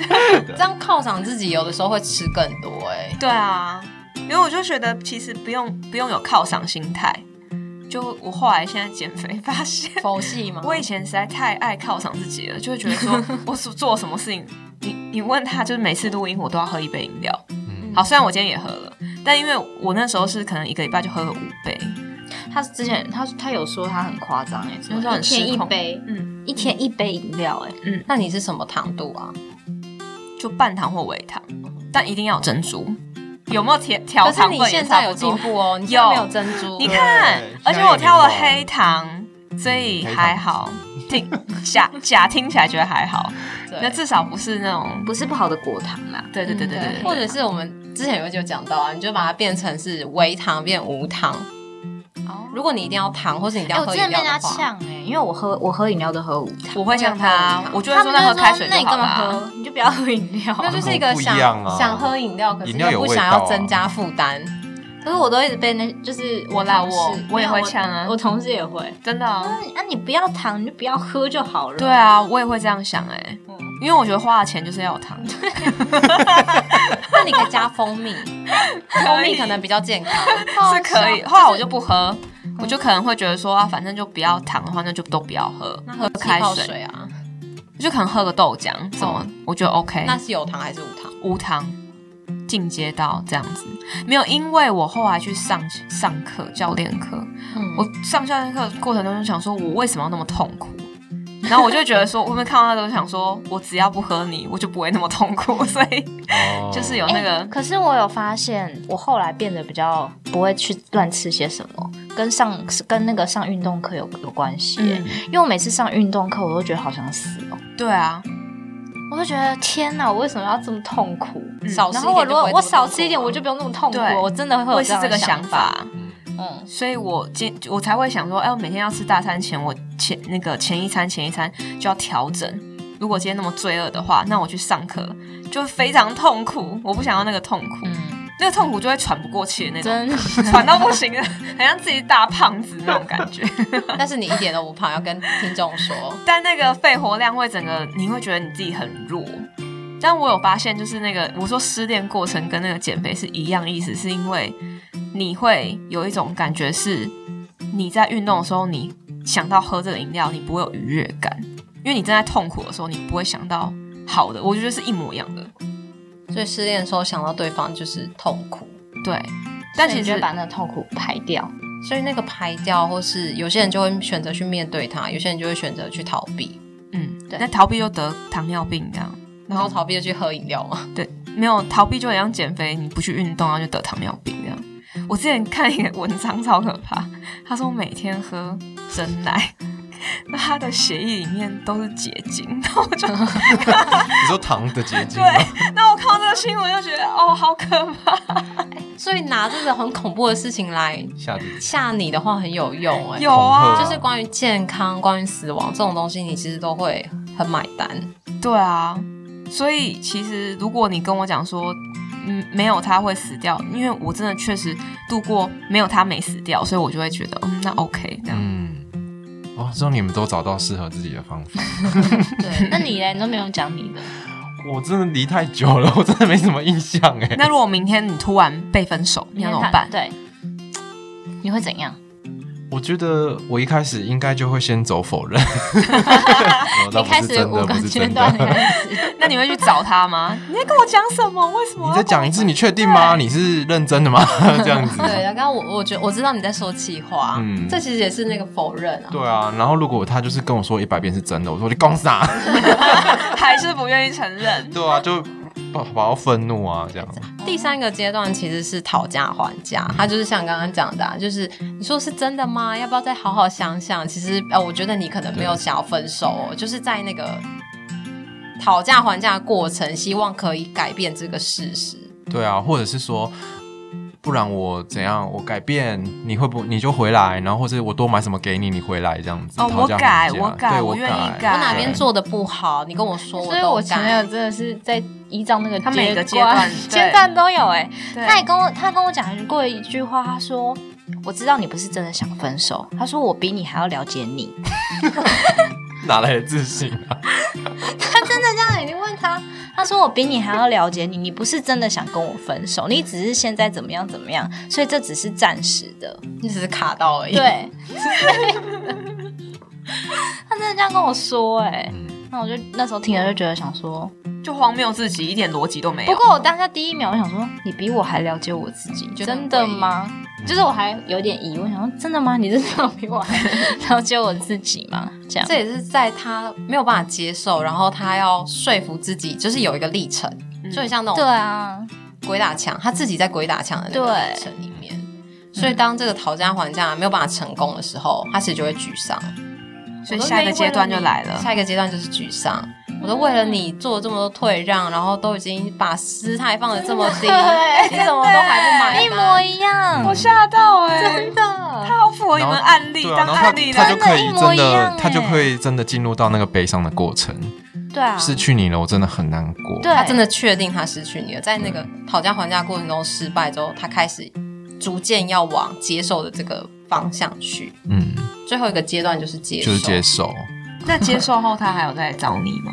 这样犒赏自己，有的时候会吃更多哎。对啊，因为我就觉得其实不用不用有犒赏心态。就我后来现在减肥发现， (laughs) 佛系吗？我以前实在太爱犒赏自己了，就会觉得说我所做什么事情，你你问他，就是每次录音我都要喝一杯饮料。嗯好，虽然我今天也喝了，但因为我那时候是可能一个礼拜就喝了五杯，他之前他他有说他很夸张哎，那时候一很失天一控杯，嗯，一天一杯饮料哎，那你是什么糖度啊？就半糖或微糖，但一定要有珍珠。有没有调调可是糖你分也现在差不有多进步哦，你现在有没有珍珠。你看对，而且我挑了黑糖，所以还好。听假假听起来觉得还好，那对，至少不是那种不是不好的果糖啦。对对对对对或对者是我们之前有一集有讲到啊，你就把它变成是微糖变无糖。哦如果你一定要糖，或是你一定哎、要我喝之饮料前被人的家话，呛哎、因为我喝我喝饮料都喝无糖，我会呛他，我就会他说们那喝就开水那就你好干嘛啦。喝？你就不要喝饮 (laughs) 料。那就是一个想不一样啊想喝饮料，可是饮料又有不味道想啊要增加负担。可是我都一直被那就是我啦同事我我也没会有呛啊我嗯同事也会。真的啊，那、你不要糖，你就不要喝就好了。对，啊，我也会这样想哎、嗯因为我觉得花了钱就是要有糖， (laughs) 那你可以加蜂蜜，蜂蜜 (laughs) 可能比较健康。是可以。后来我就不喝，我就可能会觉得说啊，反正就不要糖的话，那就都不要喝，那喝气开泡水水啊，就可能喝个豆浆什么，哦我觉得 OK。那是有糖还是无糖？无糖进阶到这样子，没有，因为我后来去上上课教练课，嗯，我上教练课过程中就想说，我为什么要那么痛苦？然后我就觉得说， (laughs) 我们看到他都想说，我只要不喝你，我就不会那么痛苦， (laughs) 所以哦就是有那个、哎可是我有发现，我后来变得比较不会去乱吃些什么，跟上跟那个上运动课有有关系耶、嗯，因为我每次上运动课，我都觉得好想死哦，对啊，我都觉得天哪，我为什么要这么痛苦？少吃然一点后我如就不果会我这么少痛吃一点，苦啊我就不用那么痛苦嗯对。我真的会有会是这样这的个想想法。法，嗯嗯，所以我今我才会想说，哎，我每天要吃大餐前，我前那个前一餐前一餐就要调整。如果今天那么罪恶的话，那我去上课就会非常痛苦，我不想要那个痛苦，嗯，那个痛苦就会喘不过气的那种，真的喘到不行了，好像自己大胖子那种感觉。 (laughs) (laughs) 但是你一点都不胖，要跟听众说，但那个肺活量会整个，你会觉得你自己很弱。但我有发现，就是那个我说失恋过程跟那个减肥是一样意思，是因为你会有一种感觉是你在运动的时候，你想到喝这个饮料，你不会有愉悦感，因为你正在痛苦的时候，你不会想到好的。我觉得是一模一样的，所以失恋的时候想到对方就是痛苦，对。 (laughs) 但所其以你就实嗯把那个痛苦排掉。所以那个排掉，或是有些人就会选择去面对它，有些人就会选择去逃避，嗯，对那逃避就得糖尿病这样，然后逃避就去喝饮料嘛。 (laughs) 对，没有逃避就很像减肥，你不去运动，然后就得糖尿病这样。我之前看一个文章超可怕，他说每天喝真奶， (laughs) 那他的血液里面都是结晶。那我就你说糖的结晶对吗，那我看到这个新闻就觉得哦，好可怕，所以拿这个很恐怖的事情来下地狱吓你的话很有用哎、有啊，就是关于健康、关于死亡这种东西，你其实都会很买单。对啊，所以其实如果你跟我讲说，嗯，没有他会死掉，因为我真的确实度过没有他没死掉，所以我就会觉得嗯，那 OK 这样。嗯，哦，之后你们都找到适合自己的方法。对，那你嘞，你都没有讲你的，我真的离太久了，我真的没什么印象哎。那如果明天你突然被分手，你要怎么办？对，你会怎样？我觉得我一开始应该就会先走否 (laughs) 认。你你开始我五个不是阶真段的。开 (laughs) 始，那你会去找他吗？你在跟我讲什么？为什 (laughs) 么？你再讲一次，你确定吗？你是认真的 (laughs) 吗？这样子。对，刚刚我我觉得我知道你在说气话，嗯这其实也是那个否认啊。对啊，然后如果他就是跟我说一百遍是真的，我说你公啥？还是不愿意承认？对啊，就把把我愤怒啊这样。第三个阶段其实是讨价还价，他就是像刚刚讲的、啊，就是你说是真的吗？要不要再好好想想？其实呃，我觉得你可能没有想要分手、哦，就是在那个讨价还价的过程，希望可以改变这个事实。对啊，或者是说，不然我怎样？我改变，你会不你就回来，然后或者我多买什么给你，你回来这样子。哦讨价我改还价我改对我我愿意改改我哪边对做的不好，你跟我说，所以都我前改男友真的是在依照那个他每个阶阶段对阶段都有哎、对他也跟我他跟我讲过一句话，他说。我知道你不是真的想分手，他说我比你还要了解你。哪来的自信啊？他真的这样，你问他，他说我比你还要了解你，你不是真的想跟我分手，你只是现在怎么样怎么样，所以这只是暂时的。你只是卡到而已。，对， (laughs) 他真的这样跟我说、哎，嗯，那我就那时候听了就觉得想说，就荒谬至极，一点逻辑都没有。不过我当下第一秒我想说，你比我还了解我自己，就真的吗？就是我还有点疑问，想说真的吗？你真的比我还了解我自己吗？这样这也是在他没有办法接受，然后他要说服自己，就是有一个历程，嗯就很像那对种啊，鬼打墙，他自己在鬼打墙的那个历程里面。所以当这个讨价还价没有办法成功的时候，他其实就会沮丧。所以下一个阶段就来了下一个阶段就是沮丧，我都为了你做了这么多退让，然后都已经把姿态放的这么 (laughs) 低，对你怎么都还不买一模单？一样，我吓到哎、真的。他好符合你们案例对啊，然当后他案例他来就可以真的真一模一的样，他就欸可以真的进入到那个悲伤的过程。对啊，失去你了，我真的很难过。对他真的确定他失去你了，在那个讨价还价过程中失败之后，他开始逐渐要往接受的这个方向去。嗯，最后一个阶段就是接受，就是接受。那接受后，他还有再找你吗？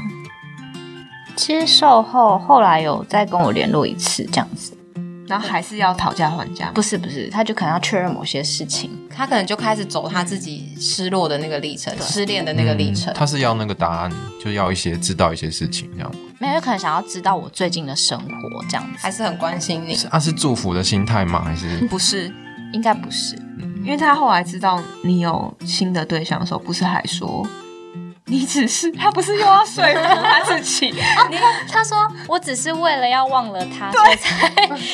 接受后，后来有再跟我联络一次，这样子。然后还是要讨价还价吗？不是不是，他就可能要确认某些事情。他可能就开始走他自己失落的那个历程，失恋的那个历程嗯。他是要那个答案，就要一些知道一些事情这样。没有，就可能想要知道我最近的生活这样子，哎还是很关心你，是啊，是祝福的心态吗？还是不是，应该不是。因为他后来知道你有新的对象的时候，不是还说你只是他不是又要说服他自己？啊你看，他说我只是为了要忘了他，所以才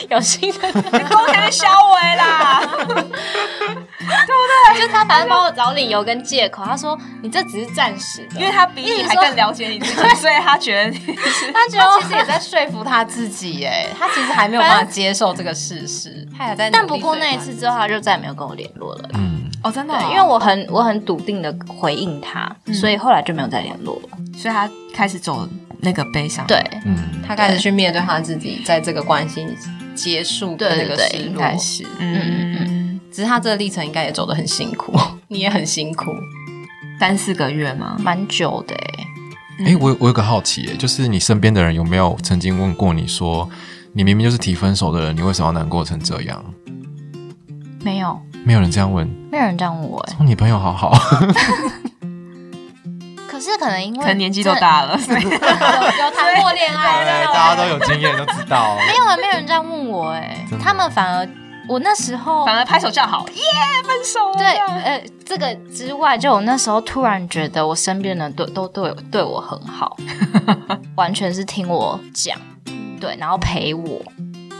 有新 (laughs) 的，公开消委啦，就是他反正帮我找理由跟借口。他说你这只是暂时的，因为他比你还更了解你 (laughs) 自己，所以他觉得你是他觉 (laughs) 得其实也在说服他自己，哎，他其实还没有办法接受这个事实，他还在。但不过那一，次之后，他就再也没有跟我联络了。嗯，哦，真的哦、对，因为我很我很笃定的回应他，所以后来就没有再联络了。所以他开始走那个悲伤，对，嗯，他开始去面对他自己在这个关系结束的对那对个对，失应落该。是，嗯嗯嗯，嗯，只是他这个历程应该也走得很辛苦，你也很辛苦。三四个月嘛，蛮久的欸哎、我有我有个好奇、欸，就是你身边的人有没有曾经问过你说，你明明就是提分手的人，你为什么要难过成这样？没有，没有人这样问，没有人这样问我哎。哦，你朋友好好，可是可能因为可能年纪都真的 (laughs) 大了，所以有有谈过恋哎爱的， (laughs) 大家都有经验都知道。没有啊，没有人这样问我哎、真的他们反而我那时候反而拍手叫好，耶，分手了，对这样呃这个之外，就我那时候突然觉得我身边的人都都对我对我很好，完全是听我讲，对，然后陪我，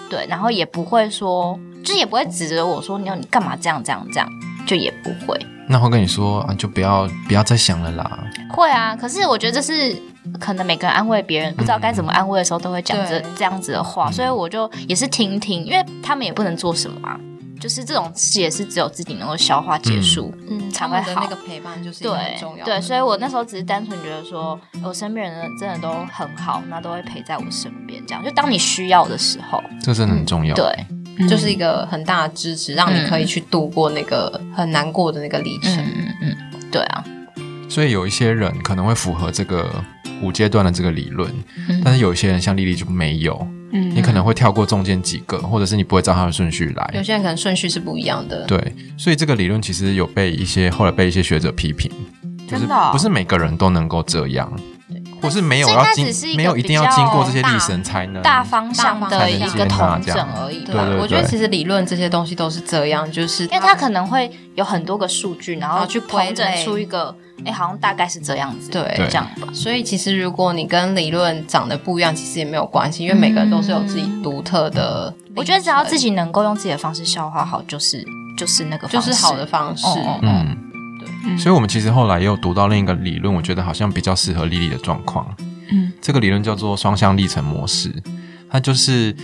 对，然后也不会说，就也不会指责我说你你干嘛这样这样这样，就也不会，那会跟你说啊，就不要不要再想了啦。会啊。可是我觉得这是。可能每个人安慰别人，不知道该怎么安慰的时候，都会讲这对这样子的话，所以我就也是听听，因为他们也不能做什么啊，就是这种事也是只有自己能够消化结束，嗯，才他会们的好那个陪伴就是一个很重对要嗯对，的。所以我那时候只是单纯觉得说，我身边的人真的都很好，那都会陪在我身边，这样就当你需要的时候，这真的很重要。对嗯就是一个很大的支持，让你嗯可以去度过那个很难过的那个历程。嗯嗯，对啊，所以有一些人可能会符合这个五阶段的这个理论，嗯但是有一些人像丽丽就没有，嗯你可能会跳过中间几个，或者是你不会照它的顺序有来。些人可能顺序是不一样的，对，所以这个理论其实有被一些后来被一些学者批评，就是真的哦不是每个人都能够这样，或是没有所以它要只是一经个没有一定要比较经过这些大历程才能大方向的一个统整而已对对吧。对我觉得其实理论这些东西都是这样，就是因为他可能会有很多个数据，然后去统整出一个，哎，好像大概是这样子，对这样吧。所以其实如果你跟理论长得不一样，其实也没有关系，因为每个人都是有自己独特的历程。我觉得只要自己能够用自己的方式消化好，就是就是那个就方式是好的，方式，哦哦哦嗯。嗯所以，我们其实后来也有读到另一个理论，我觉得好像比较适合莉莉的状况。嗯，这个理论叫做双向历程模式，它就是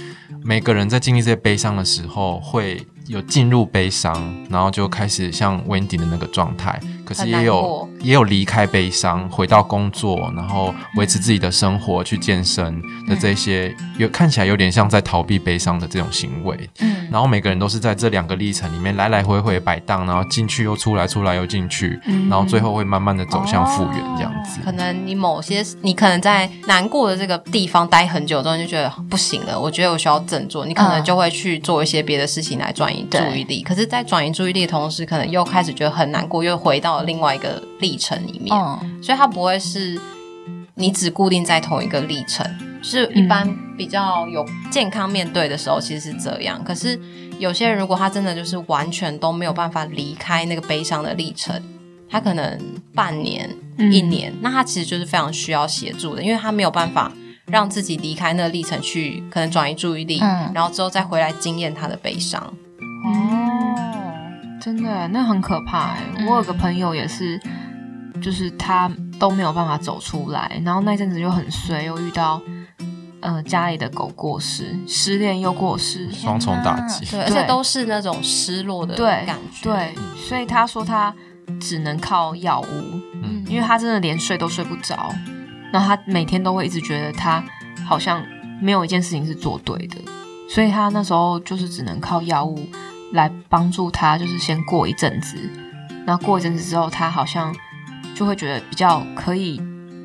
每个人在经历这些悲伤的时候，会有进入悲伤，然后就开始像温迪的那个状态，可是很难也有过也有离开悲伤，回到工作，然后维持自己的生活，去健身的这些，有看起来有点像在逃避悲伤的这种行为。嗯，然后每个人都是在这两个历程里面来来回回摆荡，然后进去又出来，出来又进去，嗯然后最后会慢慢的走向复原这样子。可能你某些，你可能在难过的这个地方待很久之后，你就觉得哦不行了，我觉得我需要振作，你可能嗯就会去做一些别的事情来转移注对意力。可是，在转移注意力的同时，可能又开始觉得很难过，又回到了另外一个历程里面。嗯，所以它不会是你只固定在同一个历程，是一般比较有健康面对的时候，其实是这样。可是有些人如果他真的就是完全都没有办法离开那个悲伤的历程，他可能半年、嗯一年，那他其实就是非常需要协助的，因为他没有办法。让自己离开那个历程去，可能转移注意力，嗯然后之后再回来经验他的悲伤。哦，真的耶，那很可怕哎、嗯我有个朋友也是，就是他都没有办法走出来。然后那阵子就很衰，又遇到呃家里的狗过世，失恋又过世，双重打击。对，而且都是那种失落的对感觉。对，所以他说他只能靠药物，嗯因为他真的连睡都睡不着，然后他每天都会一直觉得他好像没有一件事情是做对的，所以他那时候就是只能靠药物来帮助他，就是先过一阵子，然后过一阵子之后，他好像就会觉得比较可以，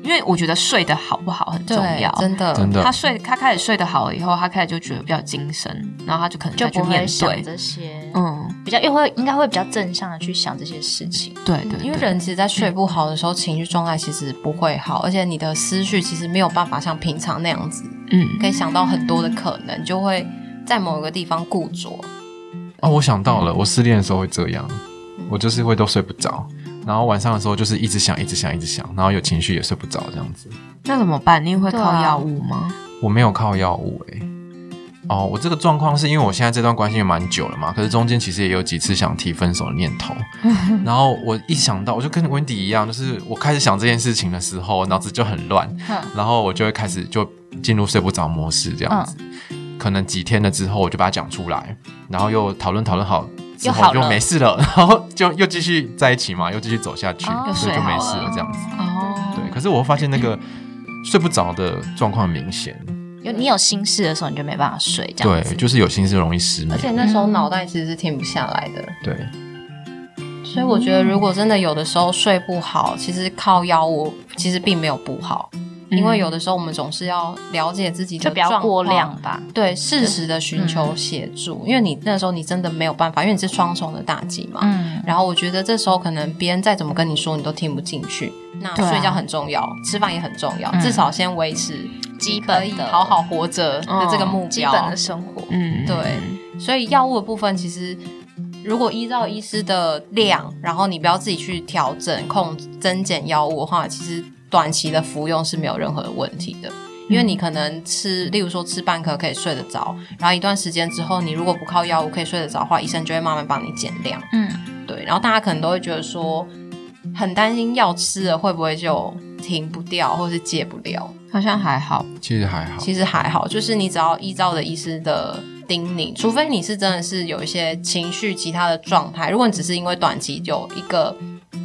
因为我觉得睡得好不好很重要对，。真的真的他睡，他开始睡得好了以后，他开始就觉得比较精神，然后他就可能就再去不会面想对，这些，嗯，比较又会应该会比较正向的去想这些事情。对对对，因为人其实，在睡不好的时候，情绪状态其实不会好，而且你的思绪其实没有办法像平常那样子，嗯，可以想到很多的可能，就会在某个地方固着。哦，我想到了，我失恋的时候会这样，我就是会都睡不着，然后晚上的时候就是一直想，一直想，一直想，然后有情绪也睡不着这样子。那怎么办？你会对靠啊药物吗？我没有靠药物诶、哦，我这个状况是因为我现在这段关系也蛮久了嘛，可是中间其实也有几次想提分手的念头，然后我一想到，我就跟温迪一样，就是我开始想这件事情的时候，脑子就很乱，然后我就会开始就进入睡不着模式这样子。可能几天了之后，我就把它讲出来，然后又讨论讨论好之又后好又了没事了， (laughs) 然后就又继续在一起嘛，又继续走下去，哦所以就又睡好没了事了这样子。哦，对，可是我发现那个睡不着的状况很明显，有你有心事的时候，你就没办法睡，这对样子。，就是有心事容易失而眠，且那时候脑袋其实是停不下来的，对，所以我觉得，如果真的有的时候睡不好，其实靠药物其实并没有不好，因为有的时候我们总是要了解自己的嗯就不要状况过量吧。对，适时的寻求协助，因为你那时候你真的没有办法，因为你是双重的打击嘛。嗯，然后我觉得这时候可能别人再怎么跟你说，你都听不进去。那对啊睡觉很重要，吃饭也很重要，嗯至少先维持基可以本的嗯好好活着的这个目基标。本的生活。嗯，对，所以药物的部分其实。如果依照医师的量，然后你不要自己去调整、控增减药物的话，其实短期的服用是没有任何的问题的。因嗯为你可能吃，例如说吃半颗可以睡得着，然后一段时间之后，你如果不靠药物可以睡得着的话，医生就会慢慢帮你减量。嗯，对，然后大家可能都会觉得说，很担心药吃了会不会就停不掉，或是戒不了。嗯好像还好，其实还好。其实还好，就是你只要依照的医师的叮咛，除非你是真的是有一些情绪其他的状态，如果你只是因为短期有一个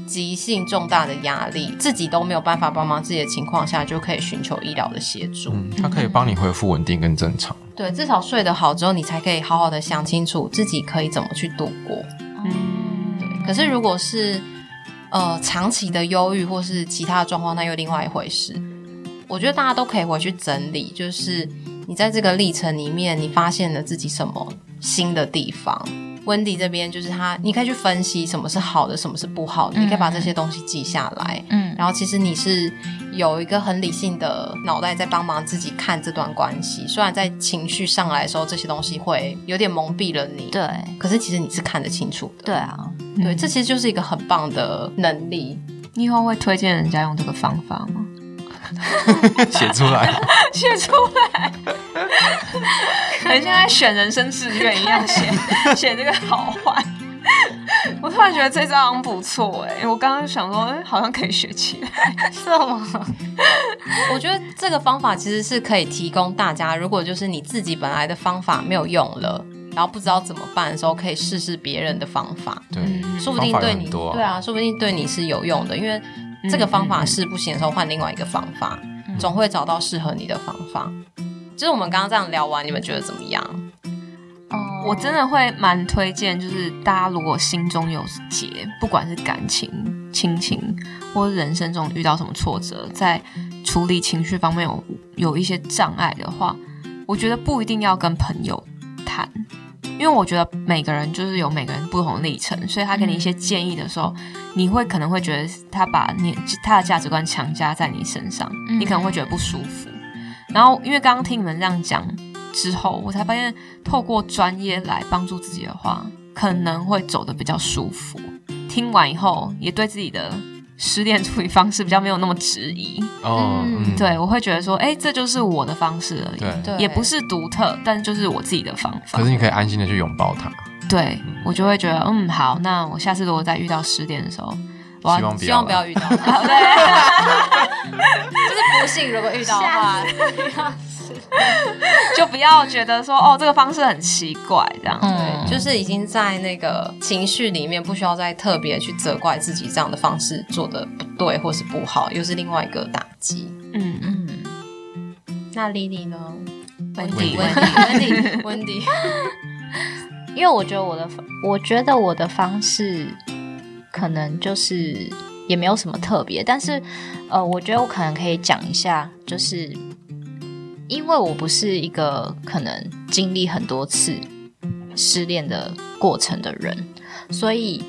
急性重大的压力，自己都没有办法帮忙自己的情况下，就可以寻求医疗的协助。嗯，它可以帮你恢复稳定跟正常。对，至少睡得好之后，你才可以好好的想清楚自己可以怎么去度过。嗯，可是如果是呃长期的忧郁或是其他的状况，那又另外一回事。我觉得大家都可以回去整理，就是你在这个历程里面，你发现了自己什么新的地方。温迪这边就是他，你可以去分析什么是好的，什么是不好的，你可以把这些东西记下来。嗯，然后其实你是有一个很理性的脑袋在帮忙自己看这段关系，虽然在情绪上来的时候，这些东西会有点蒙蔽了你，对可是其实你是看得清楚的。对啊，嗯对，这其实就是一个很棒的能力。你以后会推荐人家用这个方法吗？嗯写出来， (laughs) 写出来， (laughs) 很像在选人生志愿一样 (laughs) 写写这个好坏。我突然觉得这招好像不错哎、我刚刚想说，哎好像可以学起来。是吗？我觉得这个方法其实是可以提供大家，如果就是你自己本来的方法没有用了，然后不知道怎么办的时候，可以试试别人的方法，对，嗯说不定方法有对很你多啊嗯对啊，说不定对你是有用的，因为这个方法试不行的时候换另外一个方法，总会找到适合你的方法。就是我们刚刚这样聊完，你们觉得怎么样？哦我真的会蛮推荐，就是大家如果心中有结，不管是感情、亲情，或是人生中遇到什么挫折，在处理情绪方面有有一些障碍的话，我觉得不一定要跟朋友谈，因为我觉得每个人就是有每个人不同的历程，所以他给你一嗯些建议的时候，你会可能会觉得他把你他的价值观强加在你身上，嗯你可能会觉得不舒服。然后因为刚刚听你们这样讲之后，我才发现透过专业来帮助自己的话，可能会走得比较舒服。听完以后，也对自己的失恋处理方式比较没有那么质疑。哦，嗯，对，我会觉得说，哎、这就是我的方式而已，对。对也不是独特，但就是我自己的方法可。是你可以安心的去拥抱它，对我就会觉得，嗯，好，那我下次如果再遇到失恋的时候，哇希望不希望不要要啦。遇到他， (laughs) 就是不幸如果遇到的话，就不要觉得说哦这个方式很奇怪这样。嗯，就是已经在那个情绪里面，不需要再特别去责怪自己这样的方式做的不对或是不好，又是另外一个打击。嗯，嗯，那 Lily 呢？温迪迪，温迪，温 (laughs) 迪，温迪，因为我觉得我的方，我觉得我的方式可能就是也没有什么特别，但是呃，我觉得我可能可以讲一下，就是因为我不是一个可能经历很多次失恋的过程的人，所以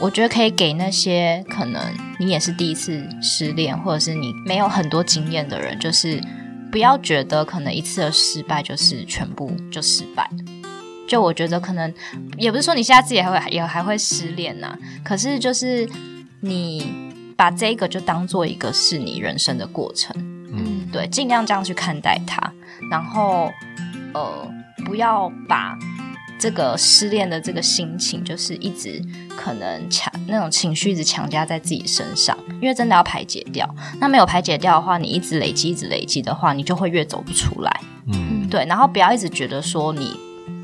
我觉得可以给那些可能你也是第一次失恋，或者是你没有很多经验的人，就是不要觉得可能一次的失败就是全部就失败。就我觉得可能也不是说你下次也还会也还会失恋呐、可是就是你把这个就当做一个是你人生的过程，嗯，对，尽量这样去看待它，然后呃，不要把这个失恋的这个心情，就是一直可能强那种情绪一直强加在自己身上，因为真的要排解掉。那没有排解掉的话，你一直累积，一直累积的话，你就会越走不出来。嗯，对，然后不要一直觉得说你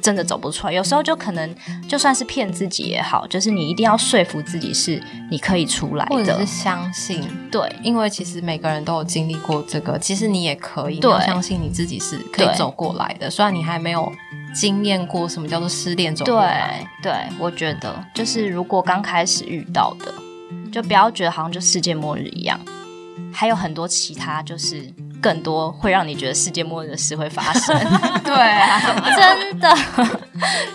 真的走不出来，有时候就可能就算是骗自己也好，就是你一定要说服自己是你可以出来或者的是，相信，对因为其实每个人都有经历过这个，其实你也可以，你对要相信你自己是可对以走过来的，虽然你还没有经验过什么叫做失恋走对过来。对，我觉得就是如果刚开始遇到的，就不要觉得好像就世界末日一样，还有很多其他就是更多会让你觉得世界末日的事会发 (laughs) 生。 (laughs) 对啊，真的， (laughs)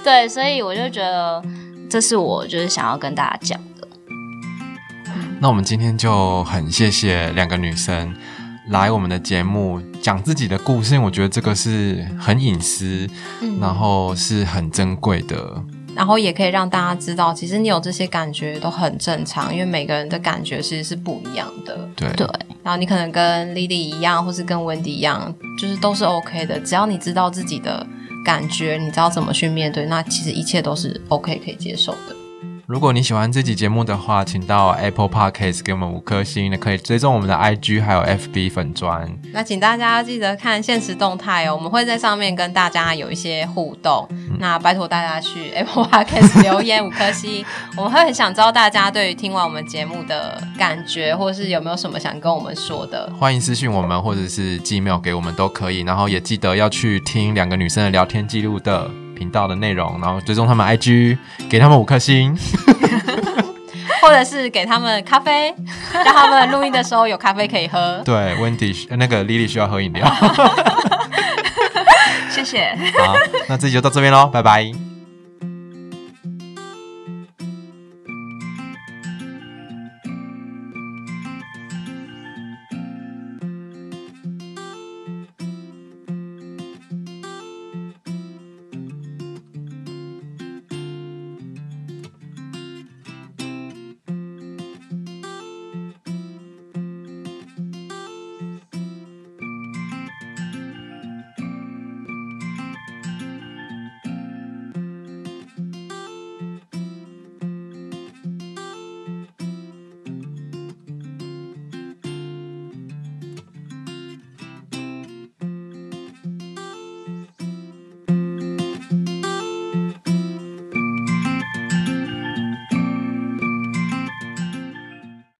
对，所以我就觉得这是我就是想要跟大家讲的。嗯那我们今天就很谢谢两个女生来我们的节目讲自己的故事，因为我觉得这个是很隐私，嗯然后是很珍贵的。然后也可以让大家知道，其实你有这些感觉都很正常，因为每个人的感觉其实是不一样的。对，对然后你可能跟 Lily 一样，或是跟 Wendy 一样，就是都是 OK 的，只要你知道自己的感觉，你知道怎么去面对，那其实一切都是 OK 可以接受的。如果你喜欢这期节目的话，请到 Apple Podcast 给我们五颗星，那可以追踪我们的 IG 还有 FB 粉砖。那请大家记得看现实动态哦，我们会在上面跟大家有一些互动。那拜托大家去 (laughs) Apple Podcast 留言五颗星，我们会很想知道大家对于听完我们节目的感觉，或是有没有什么想跟我们说的。欢迎私讯我们，或者是寄 mail 给我们都可以。然后也记得要去听两个女生的聊天记录的频道的内容，然后追踪他们 IG，给他们五颗星。或者是给他们咖啡，让他们录音的时候有咖啡可以喝。对，Wendy 呃那个 Lily 需要喝饮料。谢谢。好，那这集就到这边喽，拜拜。